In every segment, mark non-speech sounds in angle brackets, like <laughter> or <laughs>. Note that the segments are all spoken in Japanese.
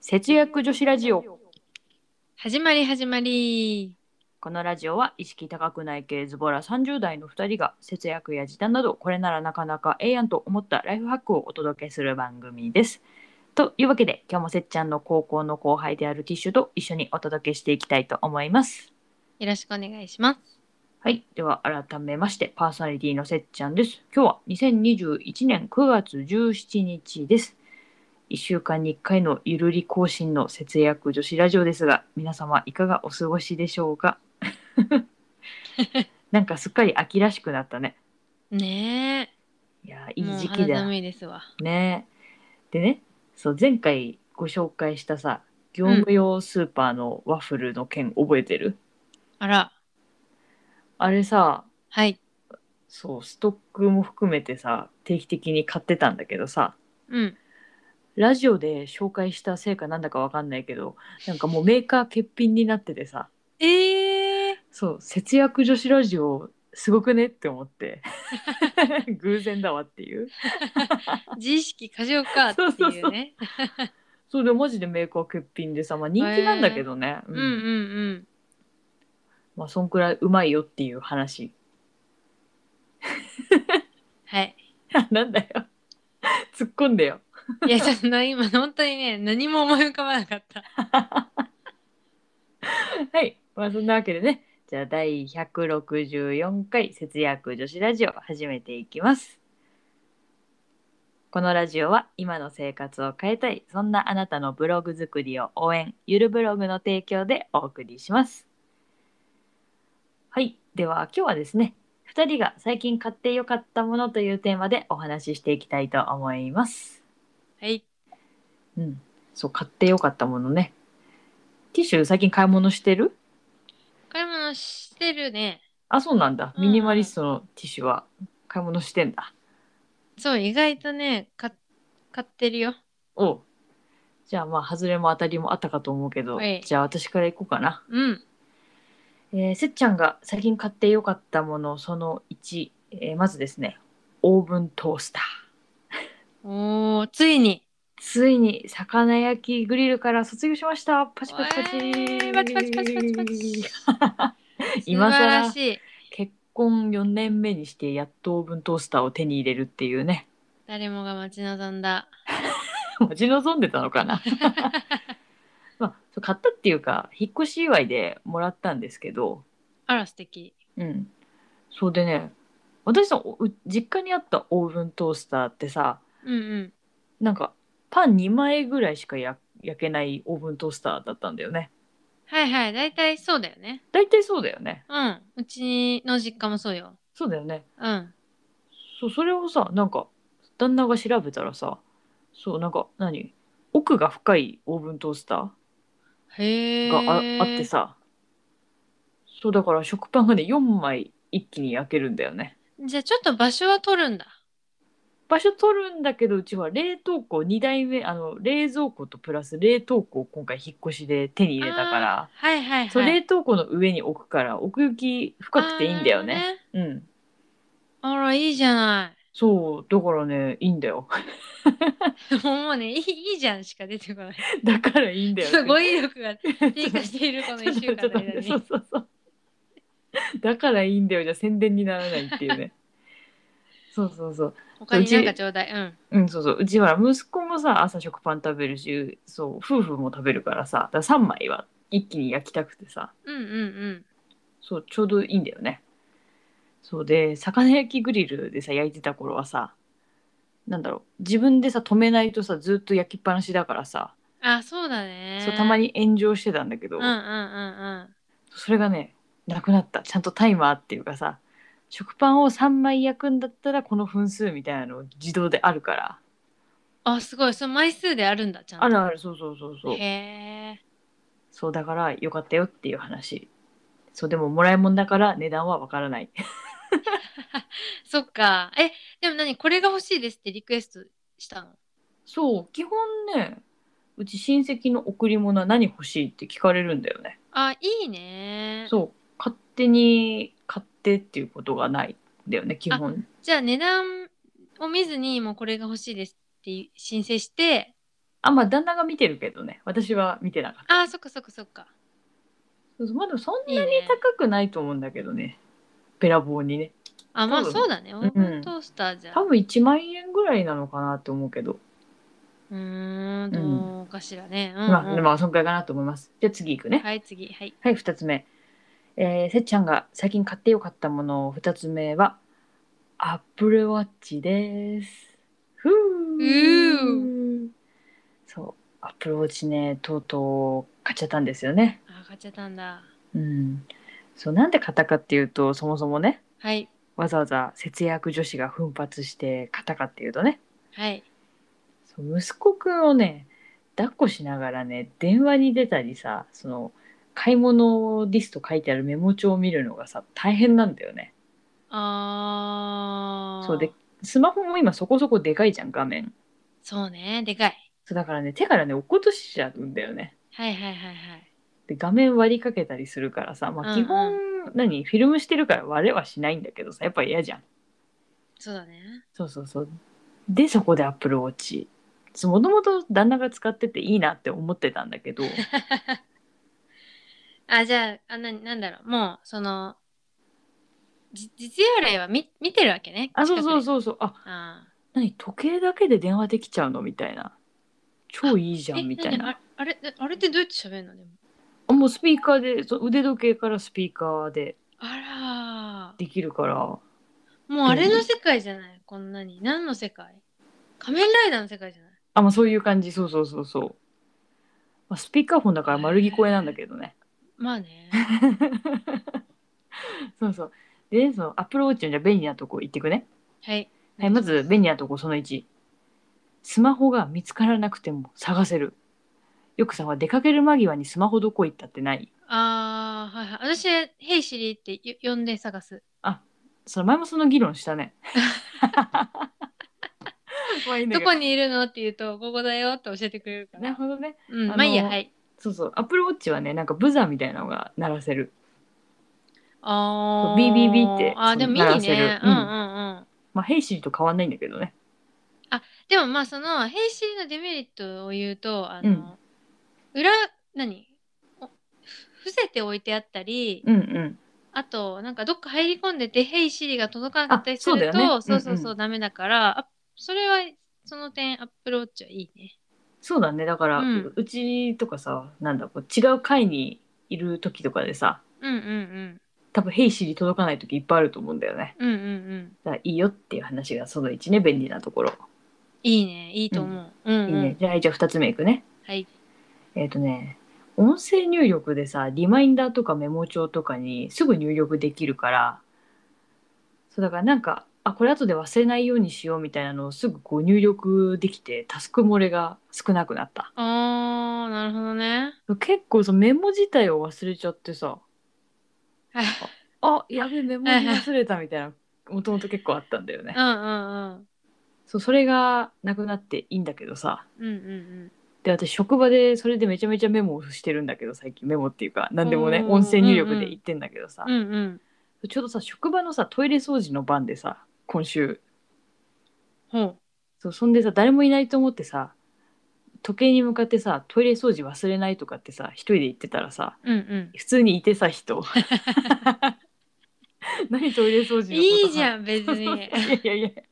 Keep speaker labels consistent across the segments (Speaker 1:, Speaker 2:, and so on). Speaker 1: 節約女子ラジオ
Speaker 2: 始まり始まり
Speaker 1: このラジオは意識高くない系ズボラ30代の2人が節約や時短などこれならなかなかええやんと思ったライフハックをお届けする番組です。というわけで今日もせっちゃんの高校の後輩であるティッシュと一緒にお届けしていきたいと思います。
Speaker 2: よろしくお願いします
Speaker 1: はい、では改めましてパーソナリティのせっちゃんです。今日は2021年9月17日です。1週間に1回のゆるり更新の節約女子ラジオですが、皆様いかがお過ごしでしょうか <laughs> なんかすっかり秋らしくなったね。
Speaker 2: ね
Speaker 1: いやー、
Speaker 2: え
Speaker 1: いい時期
Speaker 2: もう肌
Speaker 1: だ
Speaker 2: 寒いですわ
Speaker 1: ね。でね、そう前回ご紹介したさ、業務用スーパーのワッフルの件覚えてる、
Speaker 2: あら
Speaker 1: あれさ、
Speaker 2: はい
Speaker 1: そう、ストックも含めてさ、定期的に買ってたんだけどさ、
Speaker 2: うん
Speaker 1: ラジオで紹介したせいかなんだかわかんないけど、なんかもうメーカー欠品になっててさ、
Speaker 2: えー、
Speaker 1: そう、節約女子ラジオすごくねって思って、偶然だわっていう。
Speaker 2: 自意識過剰かっ
Speaker 1: <laughs>
Speaker 2: て
Speaker 1: そうそう
Speaker 2: い
Speaker 1: そうう
Speaker 2: ね
Speaker 1: そうで、マジでメーカー欠品でさ、まあ人気なんだけどね、
Speaker 2: う
Speaker 1: うん
Speaker 2: んうん
Speaker 1: まあそんくらいうまいよっていう話。 <laughs>
Speaker 2: はい
Speaker 1: なんだよ。突っ込んでよ。 <laughs>
Speaker 2: いやちょっとな今本当にね何も思い浮かばなかった
Speaker 1: はい、まあそんなわけでね、じゃあ第164回節約女子ラジオ始めていきます。このラジオは今の生活を変えたい、そんなあなたのブログ作りを応援、ゆるブログの提供でお送りします。はい、では今日はですね、2人が最近買ってよかったものというテーマでお話ししていきたいと思います。
Speaker 2: はい
Speaker 1: うん、そう、買ってよかったものね。ティッシュ最近買い物してる
Speaker 2: 買い物してるね
Speaker 1: あ、そうなんだ。
Speaker 2: うんう
Speaker 1: ミ
Speaker 2: ん
Speaker 1: ニマリストのティッシュは買い物してんだ。
Speaker 2: そう意外とねか買ってるよ
Speaker 1: おうじゃあまあ、外れも当たりもあったかと思うけど、
Speaker 2: はい
Speaker 1: じゃあ私から行こうかな。
Speaker 2: うん
Speaker 1: えーせっちゃんが最近買ってよかったもの、その1、えーまずですね、オーブントースター。
Speaker 2: おーついに
Speaker 1: ついに魚焼きグリルから卒業しました。パチパチパチ。
Speaker 2: えーパチパチパチパチパチ
Speaker 1: <laughs> 今
Speaker 2: 素晴
Speaker 1: 更
Speaker 2: らしい
Speaker 1: 結婚4年目にしてやっとオーブントースターを手に入れるっていうね。
Speaker 2: 誰もが待ち望んだ
Speaker 1: <laughs> 待ち望んでたのかな、 <laughs> まあ、そう買ったっていうか引っ越し祝いでもらったんですけど、
Speaker 2: あら素敵
Speaker 1: うん、そうでね私のおう実家にあったオーブントースターってさ
Speaker 2: うんうん
Speaker 1: なんかパン2枚ぐらいしかや焼けないオーブントースターだったんだよね
Speaker 2: はいはい大体そうだよね
Speaker 1: 大体そうだよね
Speaker 2: うんうちの実家もそうよ
Speaker 1: そうだよね
Speaker 2: うん
Speaker 1: そうそれをさなんか旦那が調べたらさそうなんか何奥が深いオーブントースター
Speaker 2: へえ
Speaker 1: がああってさそうだから食パンがね4枚一気に焼けるんだよね
Speaker 2: じゃあちょっと場所は取るんだ
Speaker 1: 場所取るんだけどうちは冷凍庫2台目あの冷蔵庫とプラス冷凍庫を今回引っ越しで手に入れたから
Speaker 2: あーはいはいはい
Speaker 1: そう冷凍庫の上に置くから奥行き深くていいんだよねうん
Speaker 2: あーあらいいじゃな
Speaker 1: そうだからねいいんだよ <laughs>
Speaker 2: い <laughs> もうねいいいいじゃんしか出てこない
Speaker 1: だからいいんだよ、ね、
Speaker 2: すご
Speaker 1: い
Speaker 2: い威力が低下しているこの
Speaker 1: ちょっ
Speaker 2: 1
Speaker 1: と
Speaker 2: 週
Speaker 1: ちょっと待っ
Speaker 2: 間の間
Speaker 1: て
Speaker 2: に
Speaker 1: <laughs> そうそうそうだからいいんだよじゃ宣伝にならないっていう
Speaker 2: <laughs>
Speaker 1: ねそうそうそう
Speaker 2: 他になんかちょうだいうん
Speaker 1: うん、そうそう。うちは息子もさ、朝食パン食べるし、そう、夫婦も食べるからさ、だから3枚は一気に焼きたくてさ、
Speaker 2: うんうん
Speaker 1: そう、ちょうどいいんだよね。そうで、魚焼きグリルでさ、焼いてた頃はさ、なんだろう、自分でさ、止めないとさ、ずっと焼きっぱなしだからさ、
Speaker 2: うんあそうだね
Speaker 1: そうたまに炎上してたんだけど、
Speaker 2: うんうんうんうん
Speaker 1: それがね、なくなった。ちゃんとタイマーっていうかさ、食パンを3枚焼くんだったら、この分数みたいなの自動であるから。
Speaker 2: あすごいその枚数であるんだちゃんと
Speaker 1: あるある、そうそうそうそう。
Speaker 2: へえ
Speaker 1: そうだからよかったよっていう話そうでももらいもんだから値段はわからない
Speaker 2: そっかえでも何これが欲しいですってリクエストしたの
Speaker 1: そう基本ねうち親戚の贈り物は何欲しいって聞かれるんだよね
Speaker 2: あいいね
Speaker 1: そう勝手に買ってっていうことがないんだよね基本
Speaker 2: じゃあ値段を見ずにもうこれが欲しいですって申請して
Speaker 1: あまあ旦那が見てるけどね私は見てなかった
Speaker 2: ああ、そっかそっかそっか。
Speaker 1: そうそうまあでもそん
Speaker 2: いい
Speaker 1: なに
Speaker 2: ね。
Speaker 1: 高くないと思うんだけどねべらぼうにね
Speaker 2: あ、まあ
Speaker 1: 多分
Speaker 2: そうだね。オーブントースターじゃ。
Speaker 1: 多分1万円ぐらいなのかなって思うけど、
Speaker 2: うーん、どうかしらね。うん、うん
Speaker 1: まあまあそんくらいかなと思いますじゃあ次いくね
Speaker 2: はい、次。はい。
Speaker 1: はい、二つ目。えー、せっちゃんが最近買ってよかったもの、二つ目は、アップルウォッチです。ふ
Speaker 2: う
Speaker 1: ー。そう、アップルウォッチね、とうとう買っちゃったんですよね。
Speaker 2: あー、買っちゃったんだ。
Speaker 1: うん。そう、なんで買ったかっていうと、そもそもね、
Speaker 2: はい。
Speaker 1: わざわざ節約女子が奮発して買ったかっていうとね、
Speaker 2: はい。
Speaker 1: そう息子くんをね、抱っこしながらね、電話に出たりさ、その、買い物リスト書いてあるメモ帳を見るのがさ、大変なんだよね。
Speaker 2: ああ。
Speaker 1: そうで。スマホも今そこそこでかいじゃん、画面。
Speaker 2: そうね。でかい。
Speaker 1: そうだからね、手からね、落っことしちゃうんだよね。
Speaker 2: はいはいはいはい。
Speaker 1: で、画面割りかけたりするからさ、まあ、
Speaker 2: うんうん
Speaker 1: 基本、何、フィルムしてるから割れはしないんだけどさ、やっぱ嫌じゃん。
Speaker 2: そうだね。
Speaker 1: そうそうそう。で、そこで Apple Watch。そうもともと旦那が使ってていいなって思ってたんだけ
Speaker 2: <laughs>
Speaker 1: ど。
Speaker 2: あ、じゃあ、あななんだろう。もう、その、じ実用例は見見てるわけね。
Speaker 1: あ、そうそう
Speaker 2: う。
Speaker 1: そうそう。あ、
Speaker 2: あ
Speaker 1: 何時計だけで電話できちゃうのみたいな超いいじ
Speaker 2: ー
Speaker 1: ゃんみたい。
Speaker 2: え何
Speaker 1: な
Speaker 2: あれ、あれあれってどうやって喋るのでも。
Speaker 1: あもうスピーカーでそう腕時計からスピーカーで
Speaker 2: あら
Speaker 1: できるから
Speaker 2: ー。もうあれの世界じゃない。こんなに。何の世界仮面ライダーの世界じゃない。
Speaker 1: あ、まあ、そういう感じそうそうそうそう、まあ、スピーカーフォンだから丸聞こえなんだけどね <laughs>
Speaker 2: まあね。
Speaker 1: そうそうでそのアップローチのじゃあ便利なとこ行ってくね
Speaker 2: はい。
Speaker 1: はいまず便利なとこその1スマホが見つからなくても探せるよくさほら出かける間際にスマホどこ行ったってない
Speaker 2: ああ、はいはい。私、ヘイシリってよ呼んで探す。
Speaker 1: その前もその議論したね <laughs> まあいいんだ
Speaker 2: ど
Speaker 1: けど
Speaker 2: こにいるのって言うと、ここだよって教えてくれるか
Speaker 1: なる
Speaker 2: ら。
Speaker 1: ほどね。
Speaker 2: うん、
Speaker 1: あの
Speaker 2: まあいいや、はい。
Speaker 1: そうそう。アップルウォッチはね、なんかブザーみたいなのが鳴らせる。
Speaker 2: ああ。
Speaker 1: BBB って
Speaker 2: あーでもい
Speaker 1: 鳴
Speaker 2: い
Speaker 1: らせる
Speaker 2: ね。う
Speaker 1: うんん
Speaker 2: うんうん。
Speaker 1: まあ、ヘイシーと変わんないんだけどね。
Speaker 2: でもまあ、その、ヘイシリのデメリットを言うと、あ
Speaker 1: う
Speaker 2: の、裏、何おふ伏せて置いてあったり、
Speaker 1: うんうん。
Speaker 2: あと、なんかどっか入り込んでて、ヘイシリが届かなかったりす
Speaker 1: あ
Speaker 2: る
Speaker 1: そうだよ
Speaker 2: と、
Speaker 1: ね
Speaker 2: そうそう
Speaker 1: うん
Speaker 2: そうう、ダメだから、あそれは、その点、アップローチはいいね。
Speaker 1: そうだね。だから、
Speaker 2: う
Speaker 1: うんちとかさ、なんだこう、違う階にいる時とかでさ、
Speaker 2: うんうんうん。
Speaker 1: 多分ヘイシーに届かない時いっぱいあると思うんだよね。
Speaker 2: うんうんうん。
Speaker 1: だからいいよっていう話がその1ね、便利なところ。
Speaker 2: いいね、いいと思う。うん、うん、
Speaker 1: いいね。じゃあ、じゃあ2つ目いくね。
Speaker 2: はい。
Speaker 1: えっ、とね、音声入力でさ、リマインダーとかメモ帳とかにすぐ入力できるから、そうだからなんか、あ、これ後で忘れないようにしようみたいなのをすぐこう入力できて、タスク漏れが少なくなった。
Speaker 2: あー、なるほどね。
Speaker 1: 結構そのメモ自体を忘れちゃって
Speaker 2: <laughs>
Speaker 1: さ、
Speaker 2: はい
Speaker 1: あ、やべえ、メモに忘れたみたいな、もともと結構あったんだよね
Speaker 2: う。んうんうん。
Speaker 1: そう、それがなくなっていいんだけどさ、
Speaker 2: うんうん
Speaker 1: で私職場でそれでめちゃめちゃメモをしてるんだけど最近メモっていうか何でもね
Speaker 2: おー
Speaker 1: 音声入力で言ってんだけどさ、
Speaker 2: うん。うんうん。
Speaker 1: ちょうどさ職場のさトイレ掃除の番でさ今週
Speaker 2: ほう。
Speaker 1: そうそんでさ誰もいないと思ってさ時計に向かってさトイレ掃除忘れないとかってさ一人で言ってたらさ
Speaker 2: うんうん。
Speaker 1: 普通にいてさ人 <laughs> 何トイレ掃除のこと
Speaker 2: いいじ
Speaker 1: ん
Speaker 2: ゃん、別に。はい
Speaker 1: いやいやいや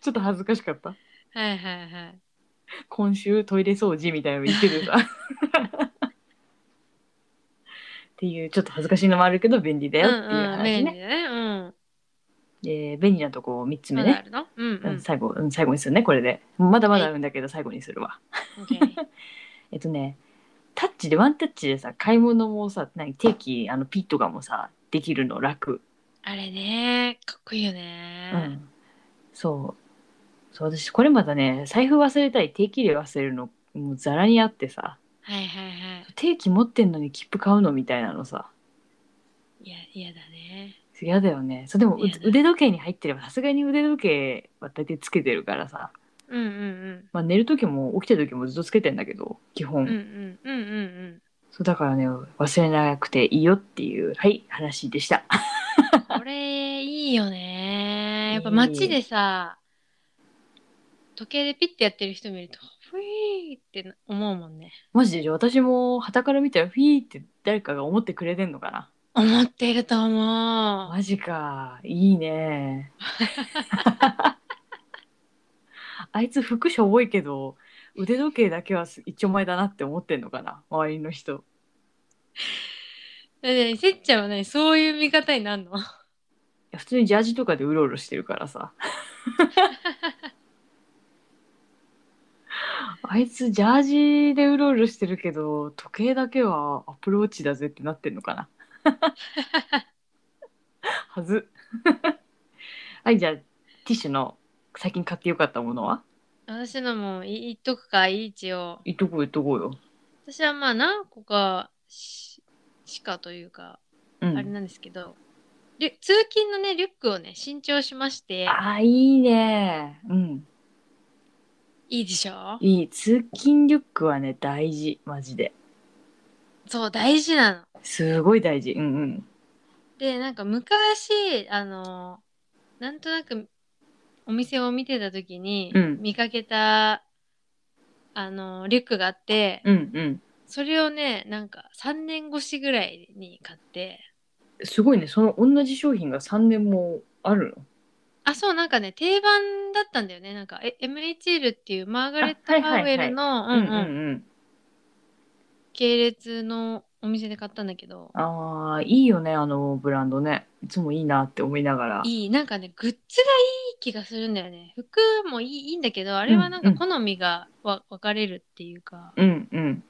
Speaker 1: ちょっと恥ずかしかった
Speaker 2: はいはい。
Speaker 1: 今週トイレ掃除みたいなの言っててさっていうちょっと恥ずかしいのもあるけど便利だ
Speaker 2: う
Speaker 1: よ
Speaker 2: ん
Speaker 1: っていう
Speaker 2: うん、
Speaker 1: 話
Speaker 2: 便利だ
Speaker 1: ね、
Speaker 2: ね。うん。
Speaker 1: えー便利なとこ3つ目
Speaker 2: まだあ
Speaker 1: ね、
Speaker 2: るのうんう
Speaker 1: うん
Speaker 2: ん。
Speaker 1: 最後うん最後にするねこれでまだまだあるんだけど最後にするわ、
Speaker 2: オッケ <laughs> ー
Speaker 1: えっとねタッチでワンタッチでさ買い物もさ何定期あのピッとかもさできるの楽、
Speaker 2: あれね、かっこいいよ
Speaker 1: う
Speaker 2: ね。
Speaker 1: んそうそう私これまたね財布忘れたり定期入れ忘れるのもうざらにあってさ
Speaker 2: はいはいはい。
Speaker 1: 定期持ってんのに切符買うのみたいなのさ
Speaker 2: いや、嫌だね。
Speaker 1: 嫌だよねそうでもう
Speaker 2: 嫌だ
Speaker 1: 腕時計に入ってればさすがに腕時計は大体つけてるからさ、
Speaker 2: うんうん
Speaker 1: まあ、寝る時も起きてる時もずっとつけてんだけど基本、
Speaker 2: うん。うんうんうんうんうん。
Speaker 1: そうだからね忘れなくていいよっていうはい話でした <laughs>
Speaker 2: これいいよ <laughs> ね。やっぱ街でさ、時計でピッてやってる人見ると、ふいーって思うもんね。
Speaker 1: マジで私も傍から見たらフィーって誰かが思ってくれてんのかな
Speaker 2: 思っていると思 <laughs> う。
Speaker 1: マジかいい <laughs> ねあいつ服しょぼいけど腕時計だけは一丁前だなって思ってんのかな周りの人
Speaker 2: だってせっちゃんはね、そういう見方になるの。
Speaker 1: い
Speaker 2: <laughs>
Speaker 1: や普通にジャージとかでうろうろしてるからさあいつジャージでうろうろしてるけど時計だけはアプローチだぜってなってんのか
Speaker 2: <laughs>
Speaker 1: なはずはいじゃあティッシュの最近買ってよかったものは
Speaker 2: 私のもい言っとくか、いい一応。
Speaker 1: いっとこういっとこうよ、
Speaker 2: 私はまあ何個かししかというか、
Speaker 1: う
Speaker 2: あれ
Speaker 1: ん、
Speaker 2: なんですけど、リュ通勤のね、リュックをね、新調しまして、
Speaker 1: あいいねうん
Speaker 2: いいでしょ
Speaker 1: いい通勤リュックはね大事マジで
Speaker 2: そう、大事なの。
Speaker 1: すごい大事うんうん
Speaker 2: で、なんか昔、あの、なんとなくお店を見てた時に
Speaker 1: うん
Speaker 2: 見かけた、あの、リュックがあって、
Speaker 1: うんうん
Speaker 2: それをね、なんか3年越しぐらいに買って、
Speaker 1: すごいねその同じ商品が3年もあるの
Speaker 2: あ、そう、なんかね、定番だったんだよね。なんか、え MHL っていうマーガレット・
Speaker 1: あはい
Speaker 2: パ
Speaker 1: はい
Speaker 2: ウ
Speaker 1: はい
Speaker 2: エルの、
Speaker 1: うん
Speaker 2: うんうん
Speaker 1: うんうん。
Speaker 2: 系列のお店で買ったんだけど、
Speaker 1: ああ、いいよね、あのブランドね。いつもいいなって思いながら。
Speaker 2: いい、なんかね、グッズがいい気がするんだよね。服もいいいいんだけど、あれはなんか
Speaker 1: うんうん
Speaker 2: 好みがわ分かれるっていうか、
Speaker 1: うんうん。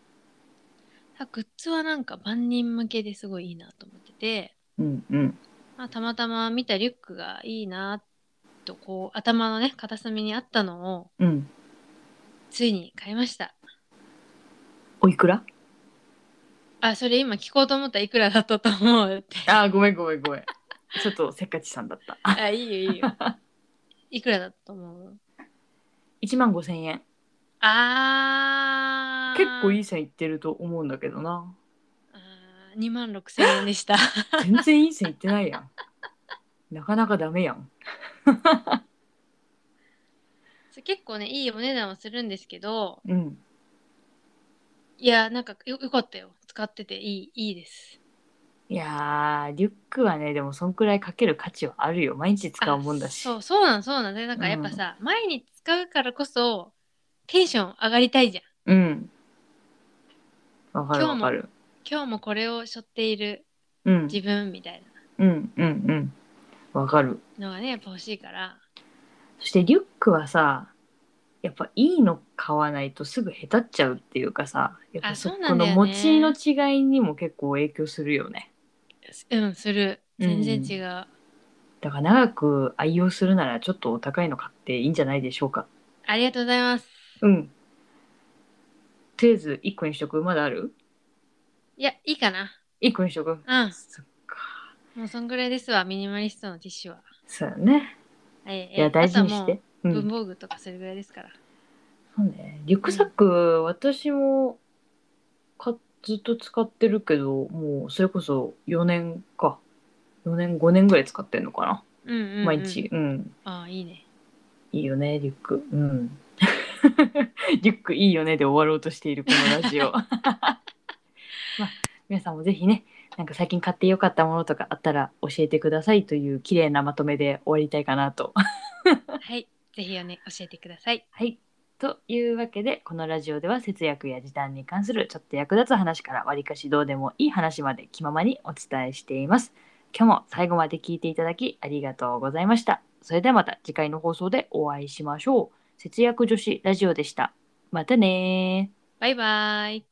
Speaker 2: あグッズはなんか万人向けですごいいいなと思ってて、
Speaker 1: うんうん。
Speaker 2: まあ、たまたま見たリュックがいいなと、こう、頭のね、片隅にあったのを、
Speaker 1: うん。
Speaker 2: ついに買いました。
Speaker 1: おいくら
Speaker 2: あ、それ今聞こうと思ったらいくらだったと思うって。
Speaker 1: ああ、ごめんごめんごめん。ちょっとせっかちさんだった。
Speaker 2: あ、いいよいいよ。
Speaker 1: <laughs>
Speaker 2: いくらだったと思う
Speaker 1: 1万5千円。
Speaker 2: あー。
Speaker 1: 結構いい線いってると思うんだけどな。
Speaker 2: あー。2万6千円でした。
Speaker 1: 全然いい線いってないや <laughs> ん。なかなかダメやん。
Speaker 2: <laughs> そう結構ねいいお値段はするんですけど
Speaker 1: うん。
Speaker 2: いやなんかよよかったよ使ってていいいいです
Speaker 1: いやー、リュックはね、でもそんくらいかける価値はあるよ。毎日使うもんだ
Speaker 2: あ
Speaker 1: し。
Speaker 2: そうそうなんそうなんでなんかやっぱさ、毎日使うからこそテンション上がりたいじゃ
Speaker 1: う
Speaker 2: ん
Speaker 1: ん。わかるわかる。
Speaker 2: 今日もこれを背負っている
Speaker 1: うん。
Speaker 2: 自分みたい
Speaker 1: うんうんうん。わかる。
Speaker 2: なのがねやっぱ欲しいから
Speaker 1: そしてリュックはさやっぱいいの買わないとすぐへたっちゃうっていうかさやっぱ
Speaker 2: あ
Speaker 1: そ
Speaker 2: そう
Speaker 1: こ
Speaker 2: なんだ
Speaker 1: の
Speaker 2: よね
Speaker 1: 持ちの違いにも結構影響するよね
Speaker 2: うんする
Speaker 1: うん
Speaker 2: 全然違う、
Speaker 1: だから長く愛用するならちょっとお高いの買っていいんじゃないでしょうか
Speaker 2: ありがとうございます
Speaker 1: うんとりあえず1個にしとくまだある
Speaker 2: いやいいかな
Speaker 1: ?1 個にしとく
Speaker 2: う
Speaker 1: そっか
Speaker 2: んもうそんぐらいですわミニマリストのティッシュは
Speaker 1: そうだね
Speaker 2: え
Speaker 1: いや大事にし
Speaker 2: あとは
Speaker 1: て
Speaker 2: も
Speaker 1: う
Speaker 2: うん文房具とかそれぐらいですから、
Speaker 1: そうねリュックサック私もかずっと使ってるけどもうそれこそ4年か4年5年ぐらい使ってんのかな
Speaker 2: うん、うんうん
Speaker 1: 毎日うん
Speaker 2: ああいいね
Speaker 1: いいよねリュックうん <laughs> リュックいいよねで終わろうとしているこのラジ
Speaker 2: <laughs>
Speaker 1: オまあ皆さんもぜひねなんか最近買ってよかったものとかあったら教えてくださいという綺麗なまとめで終わりたいかなと
Speaker 2: はい、ぜひおね教えてください。
Speaker 1: はい。というわけで、このラジオでは節約や時短に関するちょっと役立つ話からわりかしどうでもいい話まで気ままにお伝えしています。今日も最後まで聞いていただきありがとうございました。それではまた次回の放送でお会いしましょう。節約女子ラジオでした。またねー。
Speaker 2: バイバイ。